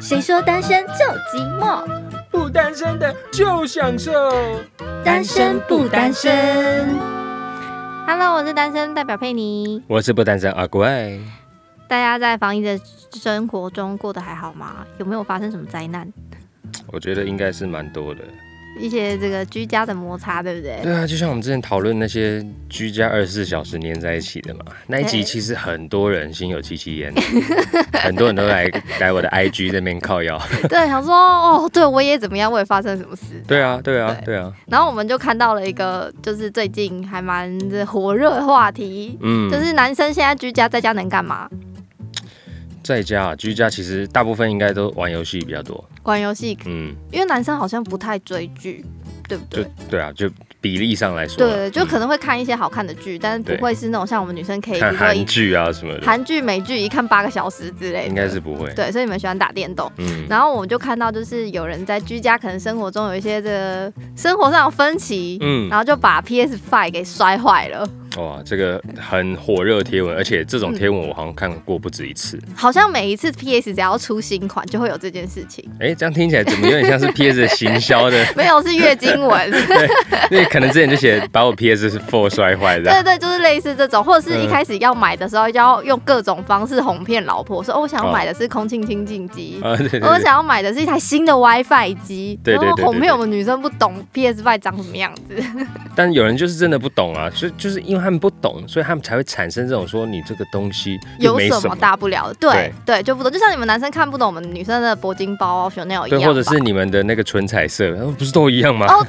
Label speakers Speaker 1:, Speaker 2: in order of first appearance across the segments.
Speaker 1: 谁说单身就寂寞？
Speaker 2: 不单身的就享受。
Speaker 1: 单身不单身？
Speaker 3: Hello，我是单身代表佩妮。
Speaker 2: 我是不单身啊阿贵。
Speaker 3: 大家在防疫的生活中过得还好吗？有没有发生什么灾难？
Speaker 2: 我觉得应该是蛮多的。
Speaker 3: 一些这个居家的摩擦，对不对？
Speaker 2: 对啊，就像我们之前讨论那些居家二十四小时黏在一起的嘛，那一集
Speaker 3: 对
Speaker 2: 其实很多人心有戚戚 焉，很多人都来来我的 IG 这边靠 腰。
Speaker 3: 对，想说哦，对我也怎么样，我也发生什么事。
Speaker 2: 对啊，对啊，
Speaker 3: 对
Speaker 2: 对啊，
Speaker 3: 然后我们就看到了一个，就是最近还蛮火热的话题，
Speaker 2: 嗯，
Speaker 3: 就是男生现在居家在家能干嘛？
Speaker 2: 在家啊居家，其实大部分应该都玩游戏比较多。
Speaker 3: 玩游戏，
Speaker 2: 嗯，
Speaker 3: 因为男生好像不太追剧，对不
Speaker 2: 就
Speaker 3: 对？
Speaker 2: 对啊，就比例上来说啊，
Speaker 3: 对，就可
Speaker 2: 嗯
Speaker 3: 能会看一些好看的剧，但是不
Speaker 2: 对
Speaker 3: 会是那种像我们女生可以，比
Speaker 2: 看
Speaker 3: 如说
Speaker 2: 韩
Speaker 3: 一
Speaker 2: 剧啊什么的，
Speaker 3: 韩剧、美剧一看八个小时之类的，
Speaker 2: 应该是不会。
Speaker 3: 对，所以你们喜欢打电动。
Speaker 2: 嗯，
Speaker 3: 然后我们就看到，就是有人在居家可能生活中有一些这个生活上的分歧，
Speaker 2: 嗯
Speaker 3: 然后就把 PS Five 给摔坏了。
Speaker 2: 哇，这个很火热贴文，而且这
Speaker 3: 嗯
Speaker 2: 种贴文我好像看过不止一次。
Speaker 3: 好像每一次 PS 只要出新款就会有这件事 情，
Speaker 2: 哎、这样听起来怎么有点像是 PS 的行销的？
Speaker 3: 没有是月经文，
Speaker 2: 啊因为可能之前就写把我 PS Four 摔坏
Speaker 3: 对
Speaker 2: 的。
Speaker 3: 对，就是类似这种，或
Speaker 2: 嗯
Speaker 3: 者是一开始要买的时候就要用各种方式哄骗老婆，说、哦、我想要买的是空气清净机。
Speaker 2: 啊，对对
Speaker 3: 我
Speaker 2: 对，
Speaker 3: 想要买的是一台新的 WiFi 机，
Speaker 2: 对对对
Speaker 3: 然后
Speaker 2: 对
Speaker 3: 哄骗
Speaker 2: 对
Speaker 3: 我们女生不懂 PS Five 长什么样子。
Speaker 2: 但有人就是真的不懂啊，所以就是因为他们不懂，所以他们才会产生这种说你这个东西又
Speaker 3: 有
Speaker 2: 没
Speaker 3: 什么大不了的？对
Speaker 2: 对
Speaker 3: 对，就不懂。就像你们男生看不懂我们女生的铂金包、Chanel 啊一样
Speaker 2: 对，
Speaker 3: 吧，
Speaker 2: 或者是你们的那个唇彩色，呃不是都一样吗？
Speaker 3: 哦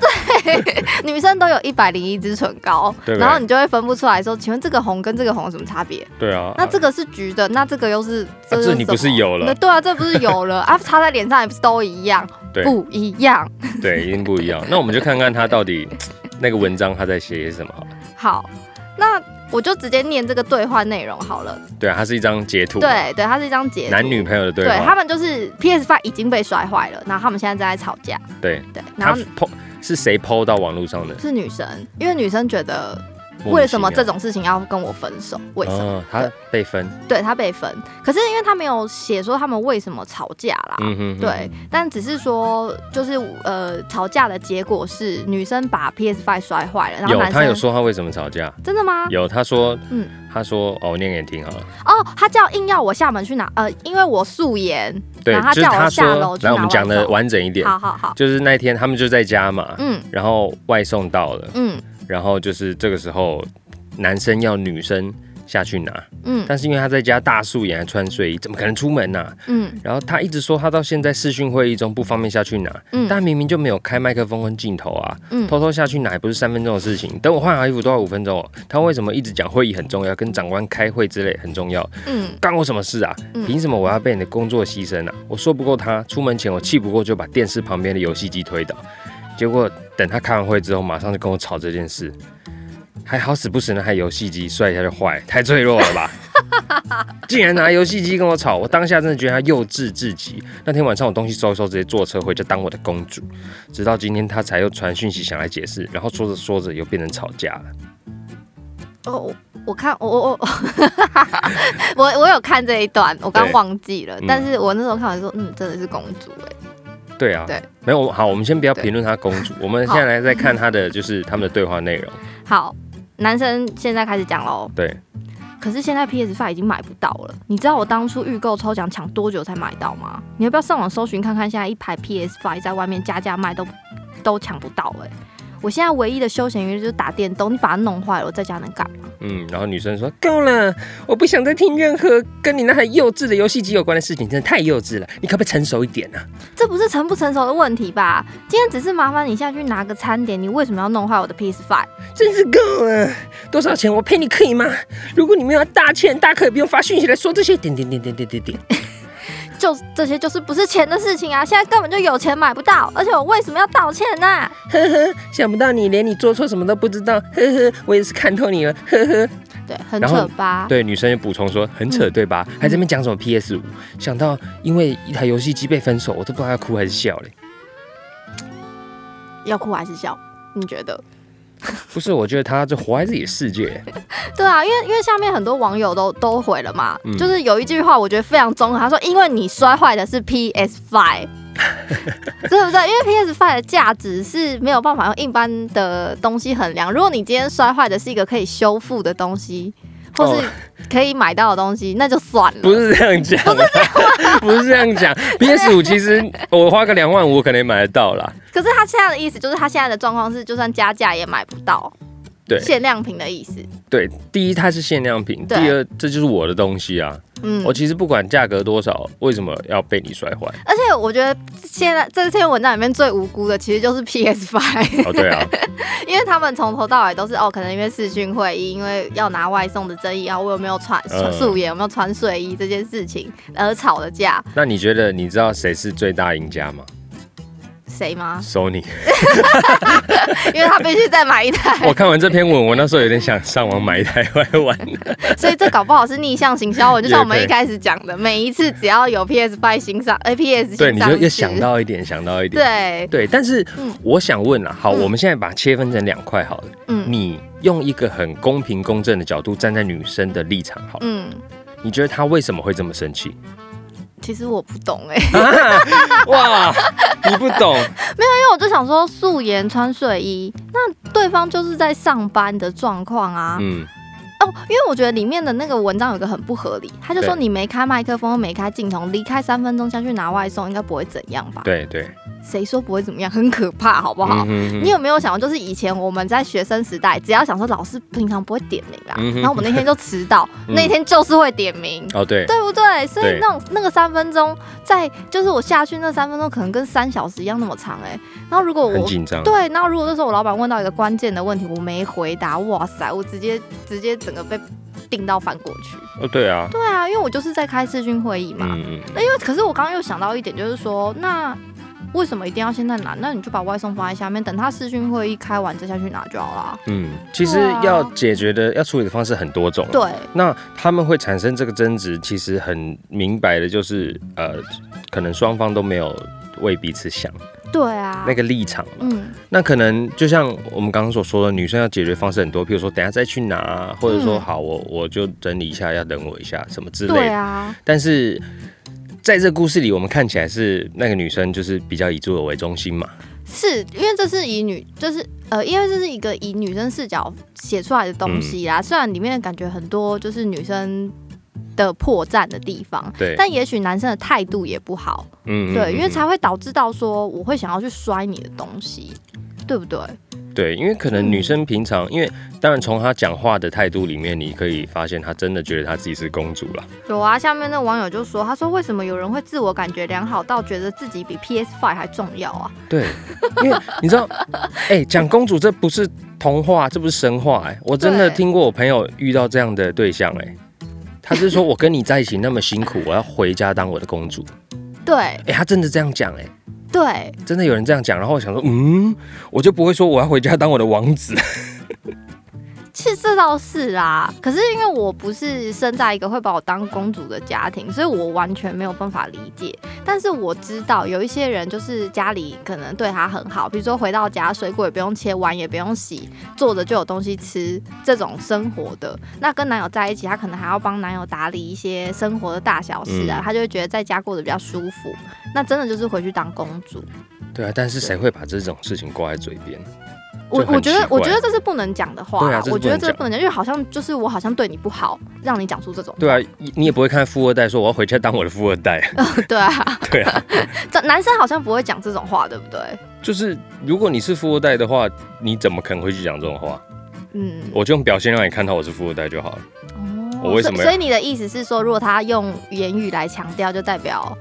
Speaker 3: 女生都有一百零一支唇膏，
Speaker 2: 对不对
Speaker 3: 然后你就会分不出来说，请问这个红跟这个红有什么差别？
Speaker 2: 对啊，
Speaker 3: 那这个是橘的，那这个又是
Speaker 2: 这
Speaker 3: 又
Speaker 2: 你不是有了
Speaker 3: 那对啊，这不是有 了啊？擦在脸上也不是都一样，
Speaker 2: 对
Speaker 3: 不一样。
Speaker 2: 啊对一定不一样。那我们就看看他到底那个文章他在写些什么好了。
Speaker 3: 好，那我就直接念这个对话内容好了。
Speaker 2: 对啊，它是一张截图，
Speaker 3: 对对，它是一张截图
Speaker 2: 男女朋友的对
Speaker 3: 对他
Speaker 2: 话，
Speaker 3: 们就是 PS Five 已经被摔坏了，然后他们现在正在吵架。
Speaker 2: 对，
Speaker 3: 对，然
Speaker 2: 他
Speaker 3: 后
Speaker 2: po 是谁 PO 到网络上的？
Speaker 3: 是女生，因为女生觉得
Speaker 2: 莫名
Speaker 3: 为什么
Speaker 2: 其
Speaker 3: 这
Speaker 2: 妙
Speaker 3: 种事情要跟我分手？为什么？
Speaker 2: 哦，他被分，
Speaker 3: 对他被分，可是因为他没有写说他们为什么吵架啦。
Speaker 2: 嗯哼哼，
Speaker 3: 对，但只是说，就是呃，吵架的结果是女生把 PS Five 摔坏了，然后
Speaker 2: 有
Speaker 3: 男
Speaker 2: 他有
Speaker 3: 生
Speaker 2: 说他为什么吵架，
Speaker 3: 真的吗？
Speaker 2: 有他说，
Speaker 3: 嗯
Speaker 2: 他说哦，我念给你听好了，
Speaker 3: 哦，他叫硬要我下门去拿，呃，因为我素颜，
Speaker 2: 对
Speaker 3: 然后，他
Speaker 2: 就是
Speaker 3: 叫
Speaker 2: 他
Speaker 3: 我
Speaker 2: 说
Speaker 3: 下楼，去
Speaker 2: 来
Speaker 3: 拿
Speaker 2: 我们讲的
Speaker 3: 外
Speaker 2: 完整一点，
Speaker 3: 好好好，
Speaker 2: 就是那一天他们就在家嘛，
Speaker 3: 嗯
Speaker 2: 然后外送到了，
Speaker 3: 嗯
Speaker 2: 然后就是这个时候男生要女生。下去拿，
Speaker 3: 嗯
Speaker 2: 但是因为他在家大素颜还穿睡衣，怎么可能出门呢、
Speaker 3: 嗯
Speaker 2: 然后他一直说他到现在视讯会议中不方便下去拿，
Speaker 3: 嗯
Speaker 2: 但明明就没有开麦克风跟镜头啊，
Speaker 3: 嗯，
Speaker 2: 偷偷下去拿也不是三分钟的事情。等我换好衣服都要五分钟哦。他为什么一直讲会议很重要，跟长官开会之类很重要？
Speaker 3: 嗯
Speaker 2: 干我什么事啊？
Speaker 3: 嗯
Speaker 2: 凭什么我要被你的工作牺牲啊？我说不过他，出门前我气不过就把电视旁边的游戏机推倒，结果等他开完会之后，马上就跟我吵这件事。还好死不死那台游戏机摔一下就坏，太脆弱了吧！竟然拿游戏机跟我吵，我当下真的觉得他幼稚至极。那天晚上我东西收一收，直接坐车回家当我的公主。直到今天他才又传讯息想来解释，然后说着说着又变成吵架了。
Speaker 3: 哦，我我看我我 我我我有看这一段，我刚
Speaker 2: 对
Speaker 3: 忘记了
Speaker 2: 嗯，
Speaker 3: 但是我那时候看完说，嗯，真的是公主哎。
Speaker 2: 对啊，
Speaker 3: 对，
Speaker 2: 没有好，我们先不要
Speaker 3: 对
Speaker 2: 评论她公主，我们现在来再看她的就是他们的对话内容。
Speaker 3: 好，男生现在开始讲喽。
Speaker 2: 对，
Speaker 3: 可是现在 PS Five 已经买不到了，你知道我当初预购抽奖抢多久才买到吗？你要不要上网搜寻看看，现在一排 PS Five 在外面加价卖都都抢不到哎、我现在唯一的休闲娱乐就是打电动，你把它弄坏了，我在家能干嘛？
Speaker 2: 嗯，然后女生说够了，我不想再听任何跟你那台幼稚的游戏机有关的事情，真的太幼稚了，你可不可以成熟一点啊？
Speaker 3: 这不是成不成熟的问题吧？今天只是麻烦你下去拿个餐点，你为什么要弄坏我的 PS Five？
Speaker 2: 真是够了，多少钱我赔你可以吗？如果你们要大欠，大可以不用发讯息来说这些点点点点点点点。
Speaker 3: 就这些就是不是钱的事情啊！现在根本就有钱买不到，而且我为什么要道歉呢、
Speaker 2: 呵呵，想不到你连你做错什么都不知道，呵呵，我也是看透你了，呵呵。
Speaker 3: 对，很
Speaker 2: 然后
Speaker 3: 扯吧？
Speaker 2: 对，女生也补充说很扯，对吧？还在那边讲什么 PS 五，想到因为一台游戏机被分手，我都不知道要哭还是笑嘞。
Speaker 3: 要哭还是笑？你觉得？
Speaker 2: 不是，我觉得他就活在自己的世界。
Speaker 3: 对啊，因为因为下面很多网友都都回了嘛，
Speaker 2: 嗯
Speaker 3: 就是有一句话我觉得非常中肯，他说因为你摔坏的是 PS Five，对不对？因为 PS Five 的价值是没有办法用一般的东西衡量。如果你今天摔坏的是一个可以修复的东西，或是
Speaker 2: 哦
Speaker 3: 可以买到的东西，那就算了。
Speaker 2: 不是这样讲啊， 不是这样讲。PS 五其实我花个两万五，我可能也买得到啦。
Speaker 3: 可是他现在的意思就是他现在的状况是，就算加价也买不到，
Speaker 2: 对
Speaker 3: 限量品的意思。
Speaker 2: 对，第一它是限量品，第
Speaker 3: 对
Speaker 2: 二这就是我的东西啊。
Speaker 3: 嗯，
Speaker 2: 我其实不管价格多少，为什么要被你摔坏？
Speaker 3: 而且我觉得现在这篇文章里面最无辜的其实就是 PS Five。
Speaker 2: 哦，对啊，
Speaker 3: 因为他们从头到尾都是哦，可能因为视讯会议，因为要拿外送的争议，然后我有没有穿
Speaker 2: 嗯
Speaker 3: 素颜，有没有穿睡衣这件事情而吵的架，
Speaker 2: 那你觉得你知道谁是最大赢家吗
Speaker 3: 谁 吗？
Speaker 2: ？Sony。
Speaker 3: 因为他必须再买一 台，
Speaker 2: 我看完这篇文，我那时候有点想上网买一台来玩。
Speaker 3: 所以这搞不好是逆向行销。我就像我们
Speaker 2: 也
Speaker 3: 一
Speaker 2: 对
Speaker 3: 开始讲的，每一次只要有 PS Five 新上，哎 PS
Speaker 2: 对，
Speaker 3: 新
Speaker 2: 你
Speaker 3: 上
Speaker 2: 就要
Speaker 3: 市
Speaker 2: 想到一点，想到一点。
Speaker 3: 对，
Speaker 2: 对，但是
Speaker 3: 嗯
Speaker 2: 我想问啊，好，
Speaker 3: 嗯
Speaker 2: 我们现在把它切分成两块好了。
Speaker 3: 嗯
Speaker 2: 你用一个很公平公正的角度站在女生的立场，好了，
Speaker 3: 嗯，
Speaker 2: 你觉得她为什么会这么 生气？
Speaker 3: 其实我不懂 哎、
Speaker 2: 啊哇，你不 懂，
Speaker 3: 因为我就想说素颜穿睡衣，那对方就是在上班的状况啊，
Speaker 2: 嗯，
Speaker 3: 哦，因为我觉得里面的那个文章有一个很不合理，他就说
Speaker 2: 对
Speaker 3: 你没开麦克风、没开镜头，离开三分钟下去拿外送，应该不会怎样吧？
Speaker 2: 对对，
Speaker 3: 谁说不会怎么样？很可怕，好不好？
Speaker 2: 嗯哼哼
Speaker 3: 你有没有想过，就是以前我们在学生时代，只要想说老师平常不会点名啊，
Speaker 2: 嗯哼
Speaker 3: 然后我们那天就迟到，
Speaker 2: 嗯
Speaker 3: 那天就是会点名，
Speaker 2: 哦对，
Speaker 3: 对不对？所以
Speaker 2: 对
Speaker 3: 那种那个三分钟，在就是我下去那三分钟，可能跟三小时一样那么长哎、然后如果
Speaker 2: 很
Speaker 3: 我
Speaker 2: 紧张，
Speaker 3: 对，那如果那时候我老板问到一个关键的问题，我没回答，哇塞，我直接直接整个被定到翻过去。
Speaker 2: 哦对啊，
Speaker 3: 对啊啊，因为我就是在开视讯会议嘛。
Speaker 2: 嗯嗯，
Speaker 3: 那因为可是我刚刚又想到一点，就是说，那为什么一定要现在拿？那你就把外送放在下面，等他视讯会议开完再下去拿就好啦。
Speaker 2: 嗯，其实
Speaker 3: 对啊
Speaker 2: 要解决的、要处理的方式很多种。
Speaker 3: 对，
Speaker 2: 那他们会产生这个争执，其实很明白的，就是呃，可能双方都没有为彼此想
Speaker 3: 对啊。
Speaker 2: 那个立场嘛。
Speaker 3: 嗯，
Speaker 2: 那可能就像我们刚刚所说的，女生要解决方式很多，譬如说等一下再去拿啊，或者说
Speaker 3: 嗯
Speaker 2: 好我我就整理一下，要等我一下什么之类
Speaker 3: 对
Speaker 2: 的。
Speaker 3: 啊，
Speaker 2: 但是在这故事里，我们看起来是那个女生就是比较以自我为中心嘛。
Speaker 3: 是因为这是以女，就是呃，因为这是一个以女生视角写出来的东西
Speaker 2: 嗯
Speaker 3: 啦。虽然里面感觉很多就是女生的破绽的地方，
Speaker 2: 对，
Speaker 3: 但也许男生的态度也不好，
Speaker 2: 嗯
Speaker 3: 对，因为
Speaker 2: 差
Speaker 3: 才会导致到说我会想要去摔你的东西，对不对？
Speaker 2: 对，因为可
Speaker 3: 嗯
Speaker 2: 能女生平常，因为当然从她讲话的态度里面，你可以发现她真的觉得她自己是公主了。
Speaker 3: 有啊，下面那网友就说，他说为什么有人会自我感觉良好到觉得自己比 PS Five 还重要啊？
Speaker 2: 对，因为你知道，哎、讲公主这不是童话，这不是神话、哎，我真的
Speaker 3: 对
Speaker 2: 听过我朋友遇到这样的对象、哎，他是说我跟你在一起那么辛苦，我要回家当我的公主，
Speaker 3: 对
Speaker 2: 哎、他真的这样讲、哎，
Speaker 3: 对，
Speaker 2: 真的有人这样讲，然后我想说，嗯，我就不会说我要回家当我的王子，
Speaker 3: 其实这倒是啦，可是因为我不是生在一个会把我当公主的家庭，所以我完全没有办法理解。但是我知道有一些人就是家里可能对他很好，比如说回到家水果也不用切，碗也不用洗，坐着就有东西吃这种生活的。那跟男友在一起，他可能还要帮男友打理一些生活的大小事啊，
Speaker 2: 嗯
Speaker 3: 他就会觉得在家过得比较舒服。那真的就是回去当公主。
Speaker 2: 对啊，但是谁会把这种事情挂在嘴边？
Speaker 3: 我
Speaker 2: 就很
Speaker 3: 我觉
Speaker 2: 奇
Speaker 3: 得
Speaker 2: 怪
Speaker 3: 我觉得这是不能讲的话、
Speaker 2: 对啊这是
Speaker 3: 我觉得这是
Speaker 2: 不
Speaker 3: 不能讲，因为好像就是我好像对你不好，让你讲出这 种，
Speaker 2: 对啊，你也不会看富二代说我要回家当我的富二代，
Speaker 3: 对啊，
Speaker 2: 对啊。
Speaker 3: 这男生好像不会讲这种话，对不对？
Speaker 2: 就是如果你是富二代的话，你怎么可能会去讲这种话？
Speaker 3: 嗯，
Speaker 2: 我就用表现让你看到我是富二代就好了。
Speaker 3: 哦
Speaker 2: 我为什么
Speaker 3: 所以所以你的意思是说，如果他用言语来强调，就代表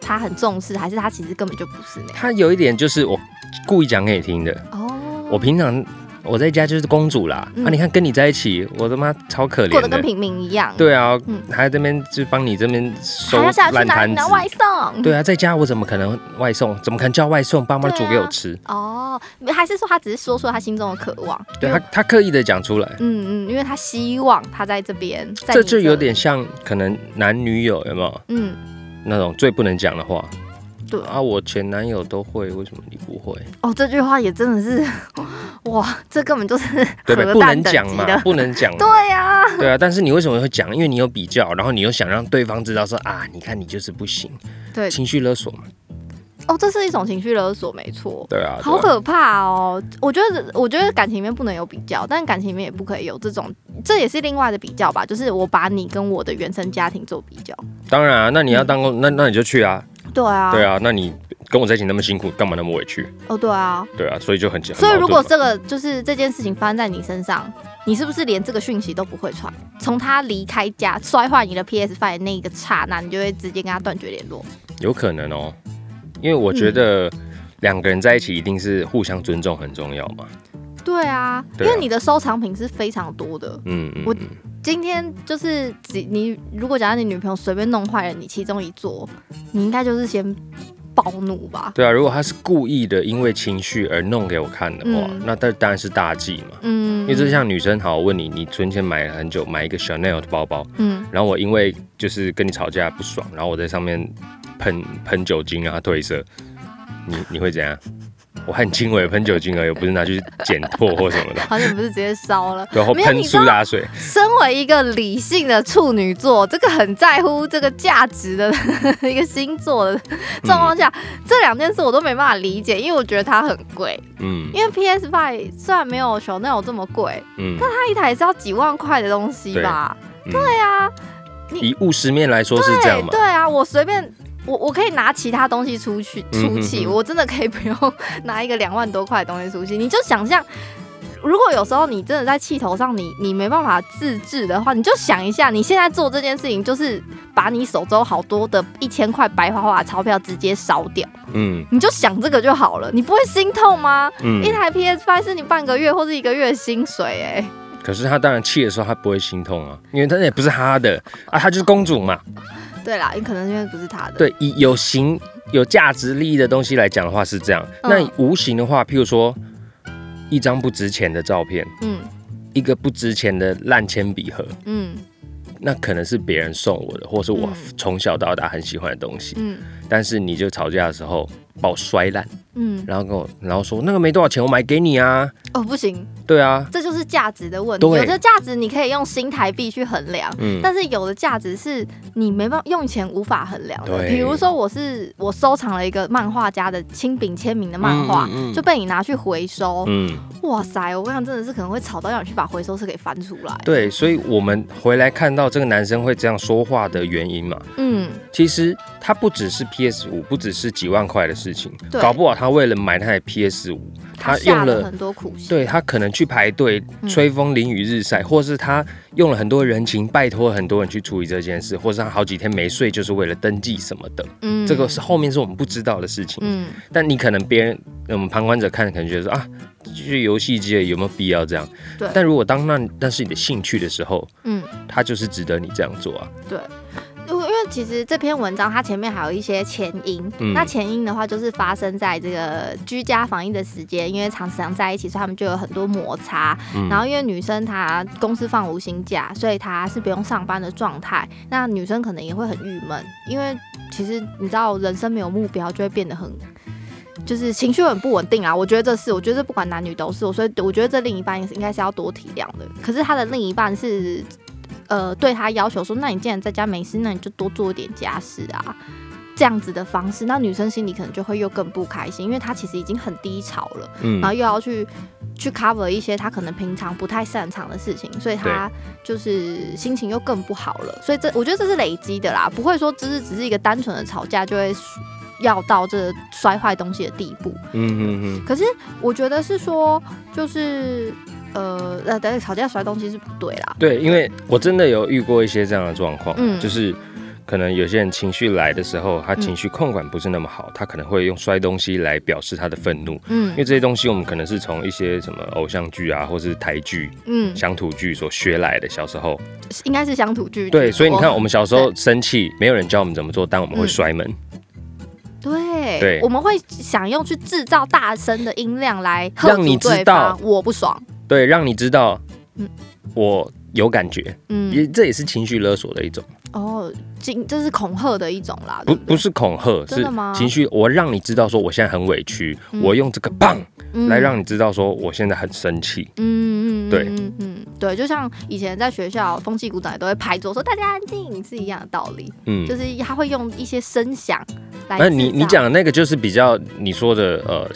Speaker 3: 他很重视，还是他其实根本就不是那样？
Speaker 2: 他有一点就是我故意讲给你听的。
Speaker 3: 哦，
Speaker 2: 我平常我在家就是公主啦，
Speaker 3: 嗯
Speaker 2: 啊，你看跟你在一起，我他妈超可
Speaker 3: 过
Speaker 2: 怜
Speaker 3: 得跟
Speaker 2: 的。
Speaker 3: 平民一样，，
Speaker 2: 对啊，
Speaker 3: 嗯
Speaker 2: 还在这边就帮你这边收
Speaker 3: 还要下去
Speaker 2: 烂
Speaker 3: 拿
Speaker 2: 摊子
Speaker 3: 拿。外送，
Speaker 2: 对啊，在家我怎么可能外送？怎么可能叫外送？爸妈
Speaker 3: 对啊
Speaker 2: 煮给我吃。
Speaker 3: 哦，还是说他只是说出他心中的渴望？
Speaker 2: 对
Speaker 3: 因
Speaker 2: 他
Speaker 3: 为，
Speaker 2: 他刻意的讲出来，
Speaker 3: 嗯嗯，因为他希望他在这边，在
Speaker 2: 这
Speaker 3: 你
Speaker 2: 就有点像可能男女友有没有
Speaker 3: 嗯，
Speaker 2: 那种最不能讲的话
Speaker 3: 对
Speaker 2: 啊？我前男友都会，为什么你不会？
Speaker 3: 哦，这句话也真的是，哇，这根本就是
Speaker 2: 对不对？
Speaker 3: 核
Speaker 2: 不
Speaker 3: 弹
Speaker 2: 能
Speaker 3: 等
Speaker 2: 讲
Speaker 3: 级
Speaker 2: 嘛
Speaker 3: 的，，
Speaker 2: 不能讲 嘛。
Speaker 3: 对呀、
Speaker 2: 对啊，但是你为什么会讲？因为你有比较，然后你又想让对方知道说啊，你看你就是不行，
Speaker 3: 对
Speaker 2: 情绪勒索嘛。
Speaker 3: 哦，这是一种情绪勒索，没错。
Speaker 2: 对啊，
Speaker 3: 好
Speaker 2: 对啊
Speaker 3: 可怕哦！我觉得，我觉得感情里面不能有比较，但感情里面也不可以有这种，这也是另外的比较吧。就是我把你跟我的原生家庭做比较。
Speaker 2: 当然啊，那你要
Speaker 3: 嗯
Speaker 2: 当工，那那你就去啊，
Speaker 3: 对啊，
Speaker 2: 对啊，那你跟我在一起那么辛苦，干嘛那么委屈？
Speaker 3: 哦，对啊。
Speaker 2: 对啊，所以就很
Speaker 3: 所以如果
Speaker 2: 这
Speaker 3: 这个就是这件事情发生在你身上，你是不是连这个讯息都不会传？从他离开家摔坏你的 PS Five 那一个刹那，你就会直接跟他断绝联络。
Speaker 2: 有可能哦，因为我
Speaker 3: 嗯
Speaker 2: 觉得两个人在一起一定是互相尊重很重要嘛。
Speaker 3: 对啊，
Speaker 2: 对啊
Speaker 3: 因为你的收藏品是非常多的。
Speaker 2: 嗯嗯
Speaker 3: 我
Speaker 2: 嗯，
Speaker 3: 今天就是只你如果假如你女朋友随便弄坏了你其中一座，你应该就是先暴怒吧？
Speaker 2: 对啊，如果他是故意的，因为情绪而弄给我看的话，
Speaker 3: 嗯
Speaker 2: 那当当然是大忌嘛。
Speaker 3: 嗯，
Speaker 2: 因为就像女生好，我问你，你存钱买了很久，买一个 Chanel 的包包，
Speaker 3: 嗯，
Speaker 2: 然后我因为就是跟你吵架不爽，然后我在上面喷喷酒精让它褪色，你你会怎样？我很轻微地喷酒精而已，我不是拿去剪破或什么的
Speaker 3: 好像不是直接烧了。
Speaker 2: 然后
Speaker 3: 没有
Speaker 2: 喷
Speaker 3: 你知道
Speaker 2: 苏打水，
Speaker 3: 身为一个理性的处女座，这个很在乎这个价值的一个星座的状况
Speaker 2: 嗯
Speaker 3: 下，这两件事我都没办法理解，因为我觉得它很贵。
Speaker 2: 嗯
Speaker 3: 因为 PS Five 虽然没有 Chanel 这么贵，
Speaker 2: 嗯，
Speaker 3: 它一台也是要几万块的东西吧？
Speaker 2: 对嗯
Speaker 3: 对啊，
Speaker 2: 以务实面来说是这样
Speaker 3: 对
Speaker 2: 嘛
Speaker 3: 对，啊，我随便。我我可以拿其他东西出去出气，
Speaker 2: 嗯哼哼
Speaker 3: 我真的可以不用 拿一个两万多块的东西出去。你就想象，如果有时候你真的在气头上你，你没办法自制的话，你就想一下，你现在做这件事情，就是把你手中好多的一千块白花花的钞票直接烧掉，
Speaker 2: 嗯
Speaker 3: 你就想这个就好了，你不会心痛吗？一
Speaker 2: 嗯。
Speaker 3: 台 PS Five 是你半个月或是一个月的薪水、哎，
Speaker 2: 可是他当然气的时候，他不会心痛啊，因为他也不是他的啊，他就是公主嘛。
Speaker 3: 对啦，你可能因为不是他的，
Speaker 2: 对，以有形有价值利益的东西来讲的话是这样，
Speaker 3: 嗯
Speaker 2: 那以无形的话，譬如说一张不值钱的照片，
Speaker 3: 嗯
Speaker 2: 一个不值钱的烂铅笔盒，
Speaker 3: 嗯
Speaker 2: 那可能是别人送我的，或是我
Speaker 3: 嗯
Speaker 2: 从小到大很喜欢的东西，
Speaker 3: 嗯
Speaker 2: 但是你就吵架的时候把我摔烂，
Speaker 3: 嗯，
Speaker 2: 然后跟我，然后说那个没多少钱，我买给你啊，
Speaker 3: 哦，不行，
Speaker 2: 对啊，
Speaker 3: 这就是价值的问题。
Speaker 2: 对
Speaker 3: 有的价值你可以用新台币去衡量。
Speaker 2: 嗯，
Speaker 3: 但是有的价值是你没办法用钱无法衡量的，
Speaker 2: 对
Speaker 3: 比如说我是我收藏了一个漫画家的亲笔签名的漫画，
Speaker 2: 嗯嗯嗯
Speaker 3: 就被你拿去回收，
Speaker 2: 嗯，
Speaker 3: 哇塞！我跟你讲，真的是可能会吵到要你去把回收室给翻出来。
Speaker 2: 对，所以我们回来看到这个男生会这样说话的原因嘛，
Speaker 3: 嗯，
Speaker 2: 其实它不只是 PS 五，不只是几万块的事情，
Speaker 3: 对
Speaker 2: 搞不好他为了买那台 PS 五，他
Speaker 3: 下
Speaker 2: 用
Speaker 3: 了
Speaker 2: 了。
Speaker 3: 很多苦心。
Speaker 2: 对他可能去排队
Speaker 3: 嗯
Speaker 2: 吹风淋雨日晒，或是他用了很多人情拜托很多人去处理这件事，或是他好几天没睡就是为了登记什么的，
Speaker 3: 嗯
Speaker 2: 这个是后面是我们不知道的事情。
Speaker 3: 嗯，
Speaker 2: 但你可能别人我们旁观者看，可能觉得说啊，就是游戏机而已有没有必要这样？
Speaker 3: 对
Speaker 2: 但如果当那那是你的兴趣的时候，
Speaker 3: 嗯。
Speaker 2: 它就是值得你这样做啊。
Speaker 3: 因为因为其实这篇文章它前面还有一些前因，
Speaker 2: 嗯
Speaker 3: 那前因的话就是发生在这个居家防疫的时间，因为常常在一起，所以他们就有很多摩擦。
Speaker 2: 嗯
Speaker 3: 然后因为女生她公司放无薪假，所以她是不用上班的状态，那女生可能也会很郁闷，因为其实你知道人生没有目标就会变得很。就是情绪很不稳定啊，我觉得这是，我觉得这不管男女都是，所以我觉得这另一半应该是要多体谅的。可是他的另一半是呃对他要求说，那你既然在家没事，那你就多做一点家事啊，这样子的方式，那女生心里可能就会又更不开心，因为她其实已经很低潮了，
Speaker 2: 嗯
Speaker 3: 然后又要去去 cover 一些她可能平常不太擅长的事情，所以她就是心情又更不好了。所以这我觉得这是累积的啦，不会说只是只是一个单纯的吵架就会。要到这摔坏东西的地步，
Speaker 2: 嗯嗯
Speaker 3: 可是我觉得是说，就是呃呃，等吵架摔东西是不对啦，
Speaker 2: 对，因为我真的有遇过一些这样的状况，
Speaker 3: 嗯
Speaker 2: 就是可能有些人情绪来的时候，他情绪控管不是那么好，他可能会用摔东西来表示他的愤怒，
Speaker 3: 嗯
Speaker 2: 因为这些东西我们可能是从一些什么偶像剧啊，或是台剧、
Speaker 3: 嗯，
Speaker 2: 乡土剧所学来的。小时候，
Speaker 3: 应该是乡土剧。
Speaker 2: 对，所以你看，
Speaker 3: 哦
Speaker 2: 我们小时候生气，没有人教我们怎么做，但我们会摔门，
Speaker 3: 嗯对，
Speaker 2: 对
Speaker 3: 我们会想用去制造大声的音量来喝
Speaker 2: 让你
Speaker 3: 阻对
Speaker 2: 知道
Speaker 3: 方，我不爽。
Speaker 2: 对，让你知道
Speaker 3: 嗯，
Speaker 2: 我有感觉，
Speaker 3: 嗯，
Speaker 2: 也这也是情绪勒索的一种，
Speaker 3: 哦，惊，这是恐吓的一种啦，
Speaker 2: 不
Speaker 3: 对
Speaker 2: 不
Speaker 3: 对
Speaker 2: 是恐吓，
Speaker 3: 呃真
Speaker 2: 是
Speaker 3: 的吗
Speaker 2: 情绪，我让你知道说我现在很委屈，
Speaker 3: 嗯
Speaker 2: 我用这个棒
Speaker 3: 嗯
Speaker 2: 来让你知道说我现在很生气。
Speaker 3: 嗯嗯，嗯
Speaker 2: 对
Speaker 3: 嗯嗯对，就像以前在学校风气鼓掌也都会拍桌说大家安静是一样的道理，
Speaker 2: 嗯，
Speaker 3: 就是他会用一些声响来制造。
Speaker 2: 那你你讲的那个就是比较你说的呃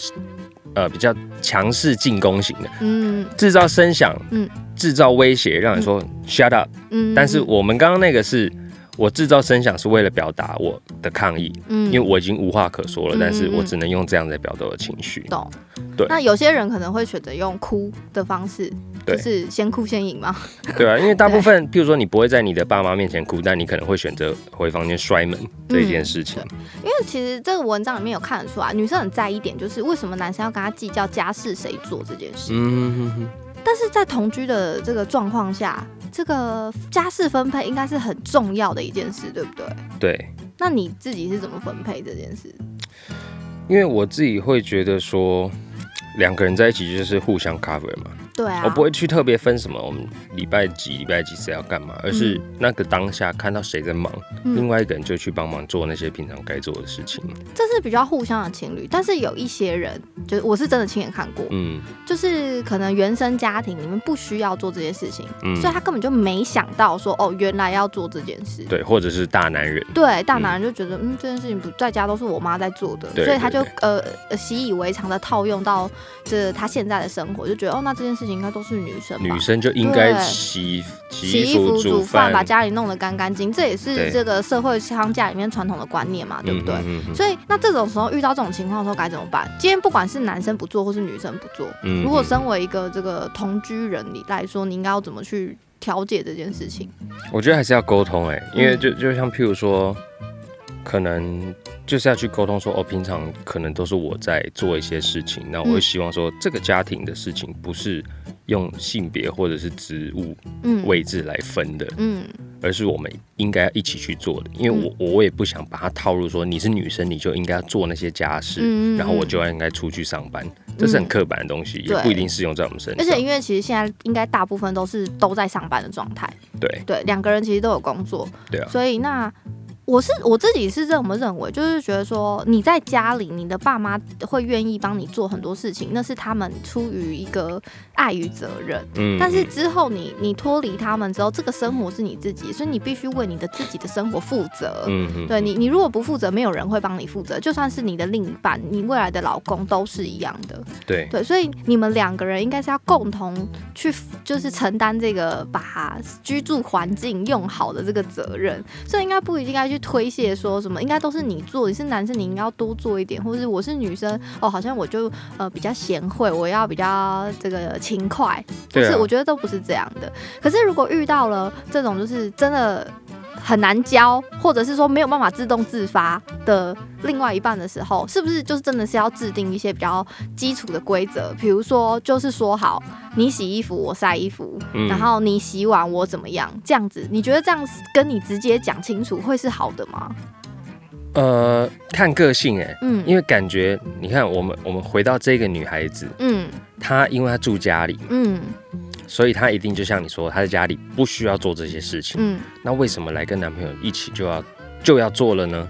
Speaker 2: 呃比较强势进攻型的，
Speaker 3: 嗯
Speaker 2: 制造声响，
Speaker 3: 嗯
Speaker 2: 嗯，制造威胁，让你说 shut up。
Speaker 3: 嗯，
Speaker 2: 但是我们刚刚那个是。我制造声响是为了表达我的抗议，
Speaker 3: 嗯
Speaker 2: 因为我已经无话可说了，
Speaker 3: 嗯
Speaker 2: 但是
Speaker 3: 嗯
Speaker 2: 我
Speaker 3: 嗯
Speaker 2: 只能用这样来表达我的情绪。
Speaker 3: 懂。
Speaker 2: 对
Speaker 3: 那有些人可能会选择用哭的方式，就
Speaker 2: 对
Speaker 3: 是先哭先赢嘛。
Speaker 2: 对啊，因为大部分，譬如说你不会在你的爸妈面前哭，但你可能会选择回房间摔门这一件事情。
Speaker 3: 因为其实这个文章里面有看得出啊来，女生很在意一点，就是为什么男生要跟她计较家事谁做这件事。
Speaker 2: 嗯哼哼
Speaker 3: 但是在同居的这个状况下，这个家事分配应该是很重要的一件事，对不对？
Speaker 2: 对，
Speaker 3: 那你自己是怎么分配这件事？
Speaker 2: 因为我自己会觉得说，两个人在一起就是互相 cover 嘛，
Speaker 3: 对啊，
Speaker 2: 我不会去特别分什么我们礼拜几礼拜几谁要干嘛，而是那个当下看到谁在忙，
Speaker 3: 嗯
Speaker 2: 另外一个人就去帮忙做那些平常该做的事情。
Speaker 3: 这是比较互相的情侣，但是有一些人，就是我是真的亲眼看过，
Speaker 2: 嗯
Speaker 3: 就是可能原生家庭里面不需要做这些事情，
Speaker 2: 嗯，
Speaker 3: 所以他根本就没想到说哦，原来要做这件事。
Speaker 2: 对，或者是大男人，
Speaker 3: 对，大男人就觉得，嗯，这件事情不在家都是我妈在做的，
Speaker 2: 对
Speaker 3: 所以他
Speaker 2: 对
Speaker 3: 就呃呃习以为常的套用到这他现在的生活，就觉得哦，那这件事情应该都是女生吧
Speaker 2: 女，生就应该
Speaker 3: 啊对
Speaker 2: 洗洗
Speaker 3: 洗
Speaker 2: 衣
Speaker 3: 衣服、
Speaker 2: 服、
Speaker 3: 煮
Speaker 2: 煮
Speaker 3: 饭，
Speaker 2: 饭
Speaker 3: 把，家里弄得干干净，这也是
Speaker 2: 对
Speaker 3: 这个社会框架里面传统的观念嘛，对不对？
Speaker 2: 嗯哼
Speaker 3: 所以，那这种时候遇到这种情况的时候该怎么办？今天不管是男生不做，或是女生不做，
Speaker 2: 嗯
Speaker 3: 如果
Speaker 2: 嗯
Speaker 3: 身为一个这个同居人你来说，你应该要怎么去调解这件事情？
Speaker 2: 我觉得还是要沟通哎、因为
Speaker 3: 嗯
Speaker 2: 就就像譬如说，可能就是要去沟通说，哦，平常可能都是我在做一些事情，那我会
Speaker 3: 嗯
Speaker 2: 希望说，这个家庭的事情不是用性别或者是职务
Speaker 3: 嗯，
Speaker 2: 位置来分的，
Speaker 3: 嗯
Speaker 2: 而是我们应该一起去做的。因为我我也不想把它套入说，你是女生你就应该做那些家事，
Speaker 3: 嗯，嗯
Speaker 2: 然后我
Speaker 3: 嗯
Speaker 2: 就应该出去上班，这是很刻板的东西，也
Speaker 3: 对
Speaker 2: 不一定适用在我们身
Speaker 3: 而
Speaker 2: 上。
Speaker 3: 且因为其实现在应该大部分都是都在上班的状态，
Speaker 2: 对
Speaker 3: 对，两个人其实都有工作，
Speaker 2: 对啊
Speaker 3: 所以那我是我自己是这么认为，就是觉得说你在家里，你的爸妈会愿意帮你做很多事情，那是他们出于一个爱与责任。
Speaker 2: 嗯
Speaker 3: 但是之后你你脱离他们之后，这个生活是你自己，所以你必须为你的自己的生活负责。
Speaker 2: 嗯嗯
Speaker 3: 对你，你如果不负责，没有人会帮你负责，就算是你的另一半，你未来的老公都是一样的。
Speaker 2: 对
Speaker 3: 对，所以你们两个人应该是要共同去，就是承担这个把居住环境用好的这个责任，所以应该不应该去推卸说什么，应该都是你做，你是男生你应该要多做一点，或是我是女生哦，好像我就呃比较贤惠，我要比较这个勤快，就
Speaker 2: 对
Speaker 3: 是
Speaker 2: 啊
Speaker 3: 我觉得都不是这样的。可是如果遇到了这种就是真的很难教，或者是说没有办法自动自发的另外一半的时候，是不是就是真的是要制定一些比较基础的规则？比如说，就是说好你洗衣服我晒衣服，
Speaker 2: 嗯
Speaker 3: 然后你洗碗我怎么样？这样子，你觉得这样跟你直接讲清楚会是好的吗？
Speaker 2: 呃，看个性哎、
Speaker 3: 嗯
Speaker 2: 因为感觉，你看，我们我们回到这个女孩子，
Speaker 3: 嗯
Speaker 2: 她因为她住家里嘛，
Speaker 3: 嗯
Speaker 2: 所以她一定就像你说，她在家里不需要做这些事情。
Speaker 3: 嗯
Speaker 2: 那为什么来跟男朋友一起就要就要做了呢？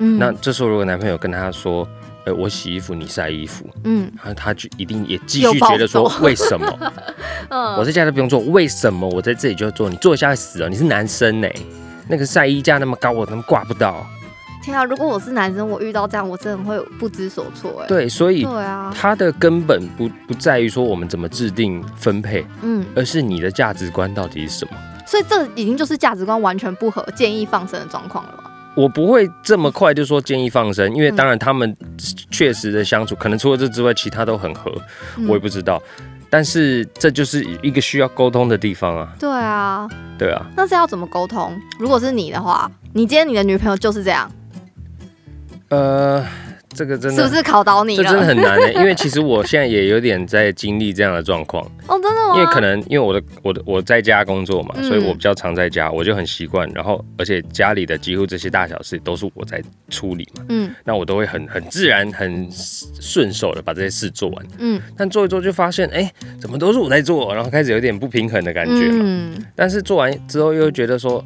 Speaker 3: 嗯，
Speaker 2: 那这时候如果男朋友跟她说，呃，我洗衣服，你晒衣服，
Speaker 3: 嗯
Speaker 2: 她她就一定也继
Speaker 3: 有
Speaker 2: 续
Speaker 3: 暴
Speaker 2: 觉得说
Speaker 3: 走，
Speaker 2: 为 什么我
Speaker 3: 嗯
Speaker 2: 在家都不用做，为什么我在这里就要做？你做一下会死哦，你是男生呢、那个晒衣架那么高，我怎么挂不到？
Speaker 3: 天啊，如果我是男生，我遇到这样我真的会不知所措哎、
Speaker 2: 对，所以
Speaker 3: 对啊，
Speaker 2: 它的根本不不在于说我们怎么制定分配，
Speaker 3: 嗯，
Speaker 2: 而是你的价值观到底是什么。
Speaker 3: 所以这已经就是价值观完全不合，建议放生的状况了吧？
Speaker 2: 我不会这么快就说建议放生，因为
Speaker 3: 嗯
Speaker 2: 当然他们确实的相处，可能除了这之外，其他都很合，
Speaker 3: 嗯
Speaker 2: 我也不知道。但是这就是一个需要沟通的地方啊，
Speaker 3: 对啊，
Speaker 2: 对啊，
Speaker 3: 那是要怎么沟通？如果是你的话，你今天你的女朋友就是这样，
Speaker 2: 呃，这个真
Speaker 3: 是
Speaker 2: 的
Speaker 3: 不是考倒你
Speaker 2: 这
Speaker 3: 了？
Speaker 2: 真的很难、欸，因为其实我现在也有点在经历这样的状况。
Speaker 3: 哦，真的吗？
Speaker 2: 因为可能因为我的我的我在家工作嘛，
Speaker 3: 嗯
Speaker 2: 所以我比较常在家，我就很习惯。然后而且家里的几乎这些大小事都是我在处理嘛，
Speaker 3: 嗯
Speaker 2: 那我都会很很自然、很顺手的把这些事做完。
Speaker 3: 嗯
Speaker 2: 但做一做就发现，哎、怎么都是我在做，然后开始有点不平衡的感觉嘛。
Speaker 3: 嗯
Speaker 2: 但是做完之后又觉得说，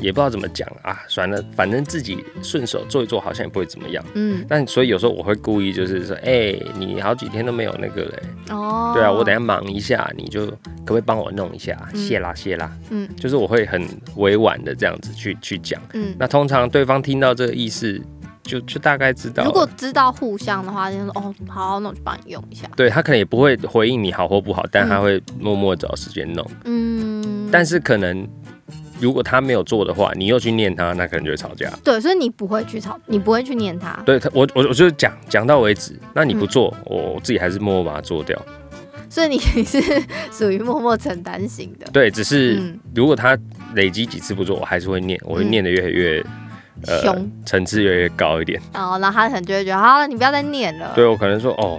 Speaker 2: 也不知道怎么讲啊，算了，反正自己顺手做一做，好像也不会怎么样。
Speaker 3: 嗯，
Speaker 2: 但所以有时候我会故意就是说，哎、你好几天都没有那个嘞，
Speaker 3: 哦，
Speaker 2: 对啊，我等一下忙一下，你就可不可以帮我弄一下？
Speaker 3: 嗯
Speaker 2: 谢啦谢啦，
Speaker 3: 嗯
Speaker 2: 就是我会很委婉的这样子去去讲。
Speaker 3: 嗯，
Speaker 2: 那通常对方听到这个意思，就就大概知道了。
Speaker 3: 如果知道互相的话，就说哦，好，那我就帮你用一下。
Speaker 2: 对他可能也不会回应你好或不好，但
Speaker 3: 嗯
Speaker 2: 他会默默找时间弄。
Speaker 3: 嗯，
Speaker 2: 但是可能如果他没有做的话，你又去念他，那可能就会吵架。
Speaker 3: 对，所以你不会去吵，你不会去念他。
Speaker 2: 对他，我我我就讲讲到为止。那
Speaker 3: 嗯
Speaker 2: 你不做，我自己还是默默把它做掉。
Speaker 3: 所以你 你是属于默默承担型的。
Speaker 2: 对，只是
Speaker 3: 嗯，
Speaker 2: 如果他累积几次不做，我还是会念，我会
Speaker 3: 嗯
Speaker 2: 念的越来越呃
Speaker 3: 凶，
Speaker 2: 层次越来越高一点。
Speaker 3: 然后然后他可能就会觉得，好了，你不要再念了。
Speaker 2: 对我可能说，哦，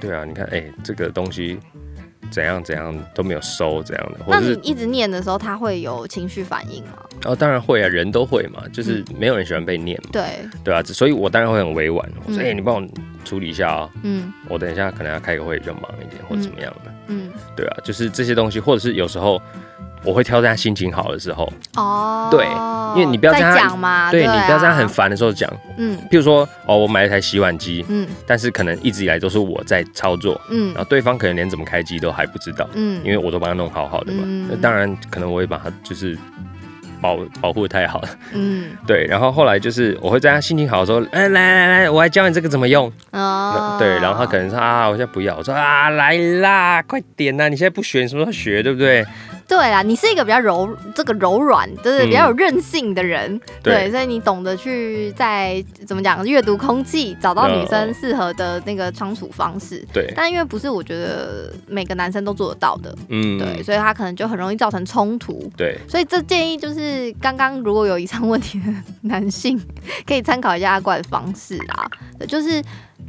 Speaker 2: 对啊，你看，哎、这个东西怎样怎样都没有收这样的，或
Speaker 3: 那
Speaker 2: 者
Speaker 3: 你
Speaker 2: 是
Speaker 3: 一直念的时候，他会有情绪反应吗？
Speaker 2: 哦，当然会啊，人都会嘛，就是
Speaker 3: 嗯
Speaker 2: 没有人喜欢被念嘛，
Speaker 3: 对，
Speaker 2: 对啊，只所以我当然会很委婉，我说，
Speaker 3: 嗯
Speaker 2: 哎、你帮我处理一下啊，
Speaker 3: 嗯
Speaker 2: 我等一下可能要开个会比较忙一点，或怎么样的，
Speaker 3: 嗯，
Speaker 2: 对啊，就是这些东西，或者是有时候我会挑在他心情好的时候，
Speaker 3: 哦，
Speaker 2: 对因为你不要
Speaker 3: 再
Speaker 2: 这样
Speaker 3: 讲嘛，
Speaker 2: 对
Speaker 3: 啊
Speaker 2: 你不要在他很，烦的时候讲，
Speaker 3: 嗯
Speaker 2: 譬如说，哦，我买了一台洗碗机，
Speaker 3: 嗯
Speaker 2: 但是可能一直以来都是我在操作，然
Speaker 3: 嗯
Speaker 2: 后对方可能连怎么开机都还不知道。
Speaker 3: 嗯，
Speaker 2: 因为我都帮他弄好好的嘛。
Speaker 3: 嗯
Speaker 2: 那当然，可能我会把他就是保保护的太好了，
Speaker 3: 嗯
Speaker 2: 对。然后后来就是我会在他心情好的时候，哎、来来来，我来教你这个怎么用。
Speaker 3: 哦
Speaker 2: 那，对，然后他可能说啊，我现在不要。我说啊，来啦，快点啊啦，你现在不学，你什么时候学，对不对？
Speaker 3: 对啦，你是一个比较柔，这个柔软，就是
Speaker 2: 嗯
Speaker 3: 比较有韧性的人，
Speaker 2: 对
Speaker 3: 所以你懂得去在怎么讲阅读空气，找到女生适合的那个相处方式。
Speaker 2: 对，
Speaker 3: 但因为不是我觉得每个男生都做得到的，
Speaker 2: 嗯，
Speaker 3: 对，所以他可能就很容易造成冲突。
Speaker 2: 对，
Speaker 3: 所以这建议就是，刚刚如果有以上问题的男性，可以参考一下阿怪的方式啊，对就是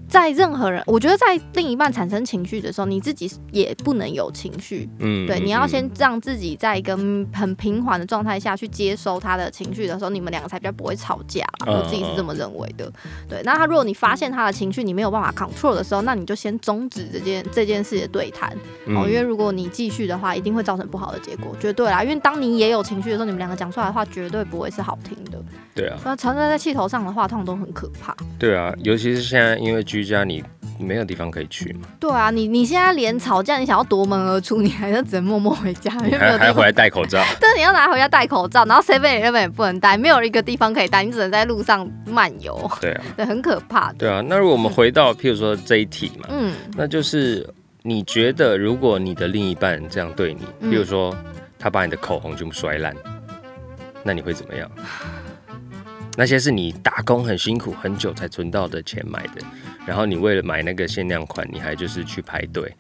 Speaker 3: 在任何人，我觉得在另一半产生情绪的时候，你自己也不能有情绪，
Speaker 2: 嗯
Speaker 3: 对，你要先
Speaker 2: 嗯
Speaker 3: 让自己在一个嗯很平缓的状态下去接收他的情绪的时候，你们两个才比较不会吵架啦。
Speaker 2: 嗯
Speaker 3: 我自己是这么认为的。对，那他如果你发现他的情绪你没有办法 control 的时候，那你就先终止这件这件事的对谈哦，
Speaker 2: 嗯
Speaker 3: 因为如果你继续的话，一定会造成不好的结果，绝对啦。因为当你也有情绪的时候，你们两个讲出来的话绝对不会是好听的。
Speaker 2: 对啊，
Speaker 3: 那藏在在气头上的话，通常都很可怕。
Speaker 2: 对啊，尤其是现在因为居家你没有地方可以去嘛，
Speaker 3: 对啊，你你现在连吵架，你想要夺门而出，你还是只能默默回家，因
Speaker 2: 你
Speaker 3: 为没有
Speaker 2: 还
Speaker 3: 地
Speaker 2: 还
Speaker 3: 方
Speaker 2: 回来戴口罩，
Speaker 3: 但是你要拿回家戴口罩，然后 seven eleven 也不能戴，没有一个地方可以戴，你只能在路上漫游，
Speaker 2: 对啊，
Speaker 3: 对，很可怕的。
Speaker 2: 对啊。那如果我们回到譬如说这一题嘛，
Speaker 3: 嗯
Speaker 2: 那就是你觉得，如果你的另一半这样对你，
Speaker 3: 嗯
Speaker 2: 比如说他把你的口红全部摔烂，那你会怎么样？ 那些是你打工很辛苦很久才存到的钱买的，然后你为了买那个限量款，你还就是去排队，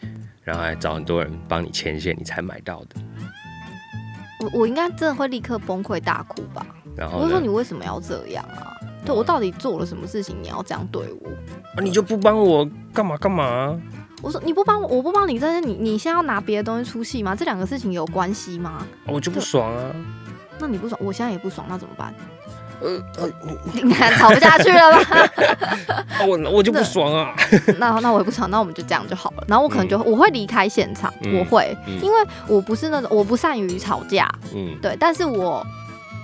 Speaker 2: 然后还找很多人帮你牵线，你才买到的。
Speaker 3: 我我应该真的会立刻崩溃大哭吧？
Speaker 2: 然
Speaker 3: 我
Speaker 2: 后
Speaker 3: 会说
Speaker 2: 呢
Speaker 3: 你，为什么要这样啊？
Speaker 2: 哦
Speaker 3: 对我到底做了什么事情，你要这样对我？
Speaker 2: 啊你就不帮我干嘛干嘛啊、
Speaker 3: 我说你不帮我，我不帮你，但是你你现在要拿别的东西出气吗？这两个事情有关系吗？
Speaker 2: 我就不爽啊！
Speaker 3: 那你不爽，我现在也不爽，那怎么办？
Speaker 2: 呃呃，
Speaker 3: 你看吵不下去了吧？
Speaker 2: 啊我我就不爽啊！
Speaker 3: 那那我也不想，那我们就这样就好了。然后我可能就、我会离开现场，
Speaker 2: 嗯
Speaker 3: 我会，
Speaker 2: 嗯
Speaker 3: 因为我不是那种我不善于吵架，
Speaker 2: 嗯，
Speaker 3: 对，但是我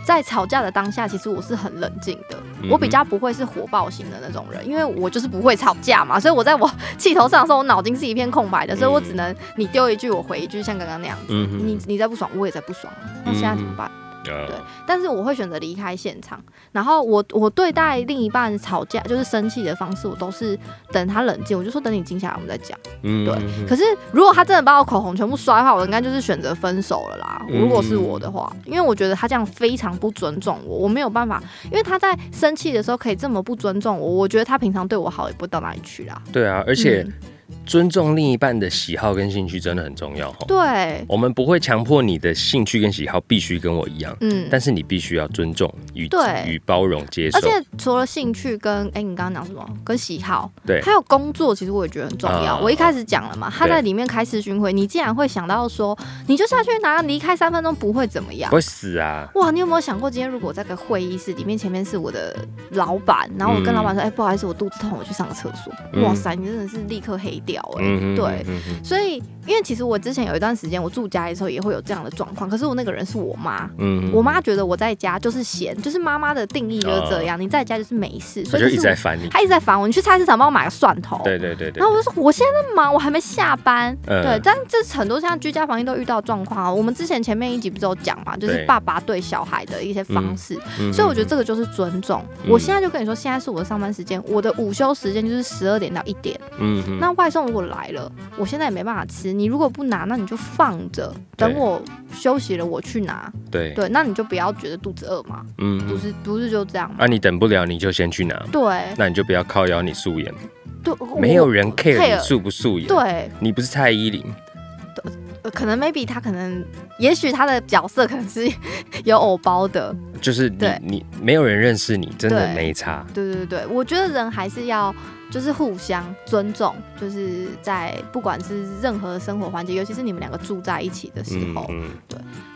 Speaker 3: 在吵架的当下，其实我是很冷静的，
Speaker 2: 嗯
Speaker 3: 我
Speaker 2: 哼
Speaker 3: 比较不会是火爆型的那种人，因为我就是不会吵架嘛，所以我在我气头上的时候，我脑筋是一片空白的，所以我只能你丢一句我回一句，像刚刚那样子。
Speaker 2: 嗯哼，
Speaker 3: 你你再不爽，我也在不爽，那现在怎么办？
Speaker 2: 对
Speaker 3: 但是我会选择离开现场，然后我我对待另一半吵架就是生气的方式，我都是等他冷静，我就说等你静下来我们再讲。
Speaker 2: 嗯
Speaker 3: 对
Speaker 2: 嗯
Speaker 3: 可是如果他真的把我口红全部摔坏，我应该就是选择分手了啦。
Speaker 2: 嗯
Speaker 3: 如果是我的话，因为我觉得他这样非常不尊重我，我没有办法，因为他在生气的时候可以这么不尊重我，我觉得他平常对我好也不到哪里去啦。
Speaker 2: 对啊，而且
Speaker 3: 嗯
Speaker 2: 尊重另一半的喜好跟兴趣真的很重要哦。
Speaker 3: 对，
Speaker 2: 我们不会强迫你的兴趣跟喜好必须跟我一样，
Speaker 3: 嗯，
Speaker 2: 但是你必须要尊重与
Speaker 3: 对
Speaker 2: 与包容接受
Speaker 3: 而且。除了兴趣跟哎、你刚刚讲什么？跟喜好，
Speaker 2: 对
Speaker 3: 还有工作，其实我也觉得很重要。
Speaker 2: 啊
Speaker 3: 我一开始讲了嘛，他在里面开视巡回，你竟然会想到说，你就下去拿，离开三分钟不会怎么样
Speaker 2: 不。会死啊！
Speaker 3: 哇，你有没有想过，今天如果我在个会议室里面，前面是我的老板，然后我跟
Speaker 2: 嗯
Speaker 3: 老板说，哎、不好意思，我肚子痛，我去上个厕所。
Speaker 2: 嗯
Speaker 3: 哇塞，你真的是立刻黑掉、哎、
Speaker 2: 嗯哼，
Speaker 3: 对
Speaker 2: 嗯哼，
Speaker 3: 所以因为其实我之前有一段时间我住家的时候也会有这样的状况，可是我那个人是我妈。
Speaker 2: 嗯哼，
Speaker 3: 我妈觉得我在家就是闲，就是妈妈的定义就是这样，
Speaker 2: 哦
Speaker 3: 你在家就是没事，
Speaker 2: 她
Speaker 3: 所以
Speaker 2: 就
Speaker 3: 就是
Speaker 2: 一直在烦你
Speaker 3: 我，她一直在烦我，你去菜市场帮我买个蒜头，
Speaker 2: 对对对对
Speaker 3: 然，后我就说我现在在忙，我还没下班。
Speaker 2: 嗯
Speaker 3: 对，但这是很多像居家防疫都遇到的状况啊。我们之前前面一集不是有讲嘛，就是
Speaker 2: 对
Speaker 3: 爸爸对小孩的一些方式，
Speaker 2: 嗯
Speaker 3: 所以我觉得
Speaker 2: 哼
Speaker 3: 这个就是尊重。
Speaker 2: 嗯
Speaker 3: 我现在就跟你说，现在是我的上班时间，我的午休时间就是十二点到一点。
Speaker 2: 嗯哼，
Speaker 3: 那外送如果来了，我现在也没办法吃，你如果不拿，那你就放着，
Speaker 2: 对
Speaker 3: 等我休息了我去拿。
Speaker 2: 对，
Speaker 3: 对，那你就不要觉得肚子饿嘛，
Speaker 2: 嗯
Speaker 3: 不
Speaker 2: 哼，
Speaker 3: 是不是就这样嘛？
Speaker 2: 啊，你等不了你就先去拿，
Speaker 3: 对
Speaker 2: 那你就不要靠邀你素颜，
Speaker 3: 对，
Speaker 2: 没有
Speaker 3: 我
Speaker 2: 人 care 你素不素颜，，
Speaker 3: 对，
Speaker 2: 你不是蔡依林，
Speaker 3: 呃可能 maybe 他可能，也许他的角色可能是 有偶包的，
Speaker 2: 就是你
Speaker 3: 对
Speaker 2: 你没有人认识你，真的
Speaker 3: 对
Speaker 2: 没差，
Speaker 3: 对对对，我觉得人还是要就是互相尊重，就是在不管是任何生活环境，尤其是你们两个住在一起的时候，
Speaker 2: 嗯，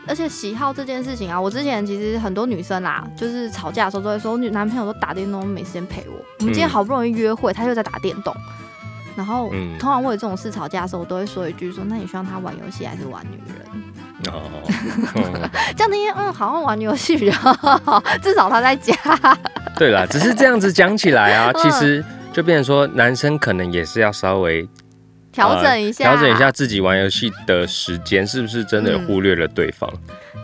Speaker 3: 而且喜好这件事情啊，我之前其实很多女生啦，就是吵架的时候都会说，我女男朋友都打电动没时间陪我，我们今天好不容易约会，他又在打电动，然后、
Speaker 2: 嗯
Speaker 3: 通常我有这种事吵架的时候，我都会说一句说，那你希望他玩游戏还是玩女人？
Speaker 2: 哦， 哦
Speaker 3: 这样那天嗯，好像玩游戏比较好，至少他在家。
Speaker 2: 对啦，只是这样子讲起来啊，
Speaker 3: 嗯
Speaker 2: 其实就变成说男生可能也是要稍微
Speaker 3: 调整一下，
Speaker 2: 啊调整一。下自己玩游戏的时间，是不是真的有
Speaker 3: 嗯
Speaker 2: 忽略了对方？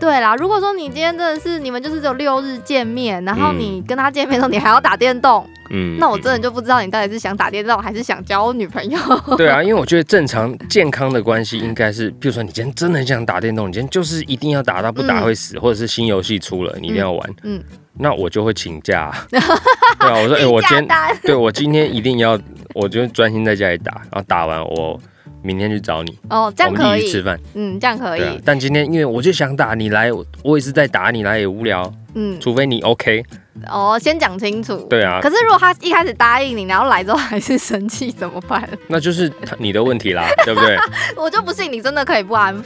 Speaker 3: 对啦，如果说你今天真的是你们就是只有六日见面，然后
Speaker 2: 嗯
Speaker 3: 你跟他见面的时候你还要打电动，
Speaker 2: 嗯，
Speaker 3: 那我真的就不知道你到底是想打电动还是想交女朋友。
Speaker 2: 对啊，因为我觉得正常健康的关系应该是，比如说你今天真的很想打电动，你今天就是一定要打到不打会死，或者是新游戏出了你一定要玩，嗯
Speaker 3: 嗯，
Speaker 2: 那我就会请假 啊、对啊，我说，哎、我
Speaker 3: 你下
Speaker 2: 今天，
Speaker 3: 单，
Speaker 2: 对我今天一定要，我就专心在家里打，然后打完我明天去找你，
Speaker 3: 哦，这
Speaker 2: 我
Speaker 3: 样
Speaker 2: 们
Speaker 3: 可
Speaker 2: 一起吃
Speaker 3: 以，
Speaker 2: 饭，
Speaker 3: 嗯，这样可
Speaker 2: 对啊
Speaker 3: 以，。
Speaker 2: 但今天因为我就想打你来，我我也是在打你来也无聊，
Speaker 3: 嗯，
Speaker 2: 除非你 OK，
Speaker 3: 哦，先讲清楚。
Speaker 2: 对啊，
Speaker 3: 可是如果他一开始答应你，然后来之后还是生气怎么办？
Speaker 2: 那 就是 他你的问题啦，对不对？
Speaker 3: 我就不信你真的可以不安抚。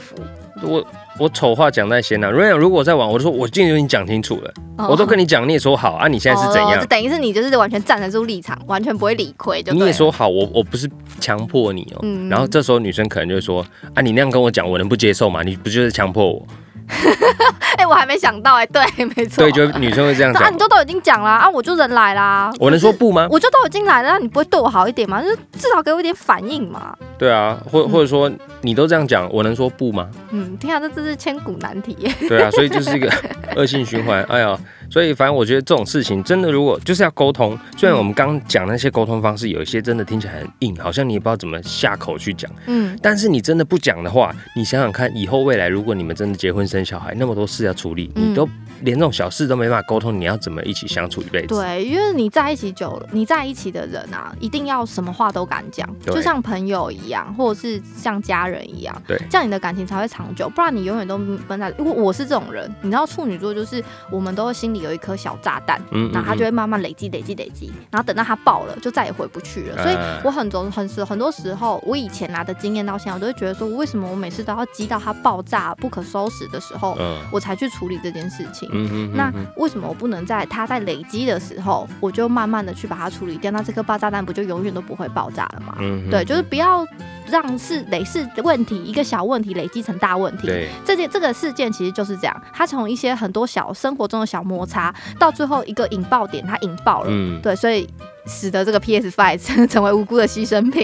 Speaker 2: 我我丑话讲在先啊，如果如果我在玩，我就说我今天跟你讲清楚了，我都跟你讲，你也说好啊，你现在是怎
Speaker 3: 哦
Speaker 2: 样？
Speaker 3: 就等于是你就是完全站得住立场，完全不会理亏，就对
Speaker 2: 你也
Speaker 3: 了
Speaker 2: 说好，我我不是强迫你哦、
Speaker 3: 嗯
Speaker 2: 然后这时候女生可能就会说啊，你那样跟我讲，我能不接受吗？你不就是强迫我？
Speaker 3: 哎、我还没想到哎、对， 没错，
Speaker 2: 对，就女生会这样
Speaker 3: 啊，
Speaker 2: 讲
Speaker 3: 你。都都已经讲啦，啊，我就人来啦，
Speaker 2: 我啊能说
Speaker 3: 就是
Speaker 2: 不吗？
Speaker 3: 我就都已经来了，那你不会对我好一点吗？就是至少给我一点反应嘛。
Speaker 2: 对啊，或
Speaker 3: 嗯
Speaker 2: 或者说你都这样讲，我能说不吗？
Speaker 3: 嗯，天啊，这真是千古难题耶。
Speaker 2: 对啊，所以就是一个恶性循环。哎呀，所以反正我觉得这种事情真的，如果就是要沟通，虽然我们刚讲那些沟通方式，有一些真的听起来很硬，好像你也不知道怎么下口去讲。
Speaker 3: 嗯，
Speaker 2: 但是你真的不讲的话，你想想看，以后未来如果你们真的结婚生小孩，那么多事要处理，
Speaker 3: 嗯
Speaker 2: 你都连这种小事都没办法沟通，你要怎么一起相处一辈子？，
Speaker 3: 对，因为你在一起久了，你在一起的人啊，一定要什么话都敢讲，
Speaker 2: 对
Speaker 3: 就像朋友一样，或者是像家人一样，
Speaker 2: 对
Speaker 3: 这样你的感情才会长久，不然你永远都闷在。因为我是这种人，你知道处女座就是我们都会心里有一颗小炸弹，
Speaker 2: 嗯
Speaker 3: 然后它就会慢慢累积、累积、累积，然后等到它爆了，就再也回不去了。所以
Speaker 2: 啊
Speaker 3: 我很多、很时、很多时候，我以前拿啊的经验到现在，我都会觉得说，为什么我每次都要积到它爆炸、不可收拾的时候，
Speaker 2: 嗯
Speaker 3: 我才去处理这件事情？
Speaker 2: 嗯嗯
Speaker 3: 那为什么我不能在它在累积的时候，我就慢慢的去把它处理掉？那这颗爆炸弹不就永远都不会爆炸了吗？
Speaker 2: 嗯
Speaker 3: 对，就是不要让是累是问题，一个小问题累积成大问题。
Speaker 2: 对
Speaker 3: 这件这个事件其实就是这样，它从一些很多小生活中的小摩擦，到最后一个引爆点，它引爆了，
Speaker 2: 嗯
Speaker 3: 对，所以使得这个 PS Five 成为无辜的牺牲品。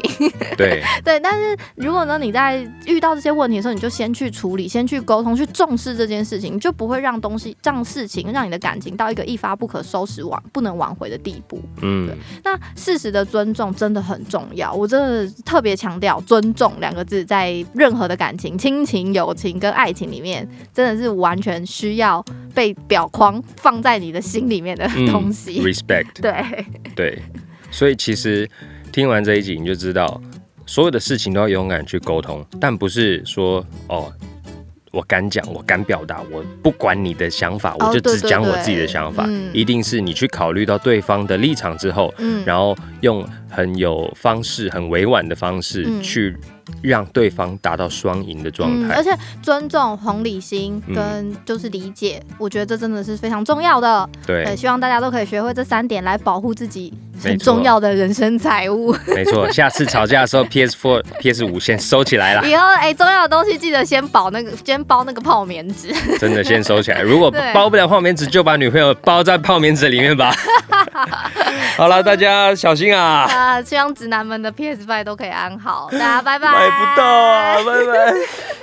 Speaker 2: 对
Speaker 3: 对，但是如果呢你在遇到这些问题的时候，你就先去处理，先去沟通，去重视这件事情，你就不会让东西让事情让你的感情到一个一发不可收拾挽不能挽回的地步。
Speaker 2: 嗯
Speaker 3: 那适时的尊重真的很重要，我真的特别强调“尊重”两个字，在任何的感情、亲情、友情跟爱情里面，真的是完全需要被表框放在你的心里面的东西。
Speaker 2: 嗯 respect
Speaker 3: 对，
Speaker 2: 对，所以其实听完这一集你就知道，所有的事情都要勇敢去沟通，但不是说哦。我敢讲，我敢表达，我不管你的想法，
Speaker 3: 哦
Speaker 2: 我就
Speaker 3: 对
Speaker 2: 只
Speaker 3: 对
Speaker 2: 讲我
Speaker 3: 对
Speaker 2: 自己的想法。
Speaker 3: 嗯
Speaker 2: 一定是你去考虑到对方的立场之后，
Speaker 3: 嗯，
Speaker 2: 然后用很有方式、很委婉的方式
Speaker 3: 嗯
Speaker 2: 去让对方达到双赢的状
Speaker 3: 嗯，而
Speaker 2: 态。
Speaker 3: 且尊重、同理心
Speaker 2: 嗯
Speaker 3: 跟就是理解，我觉得这真的是非常重要的。对，
Speaker 2: 对，
Speaker 3: 希望大家都可以学会这三点来保护自己很
Speaker 2: 没错
Speaker 3: 重要的人生财物。
Speaker 2: 没错。下次吵架的时候，PS4、PS5 先收起来啦，
Speaker 3: 以后哎、重要的东西记得先保那个，先包那个泡棉纸。
Speaker 2: 真的先收起来。如果
Speaker 3: 对
Speaker 2: 包不了泡棉纸，就把女朋友包在泡棉纸里面吧。好了，大家小 心啊，
Speaker 3: 啊，希望直男们的 PS5 都可以安好。大家拜拜。
Speaker 2: 买不到啊，拜拜。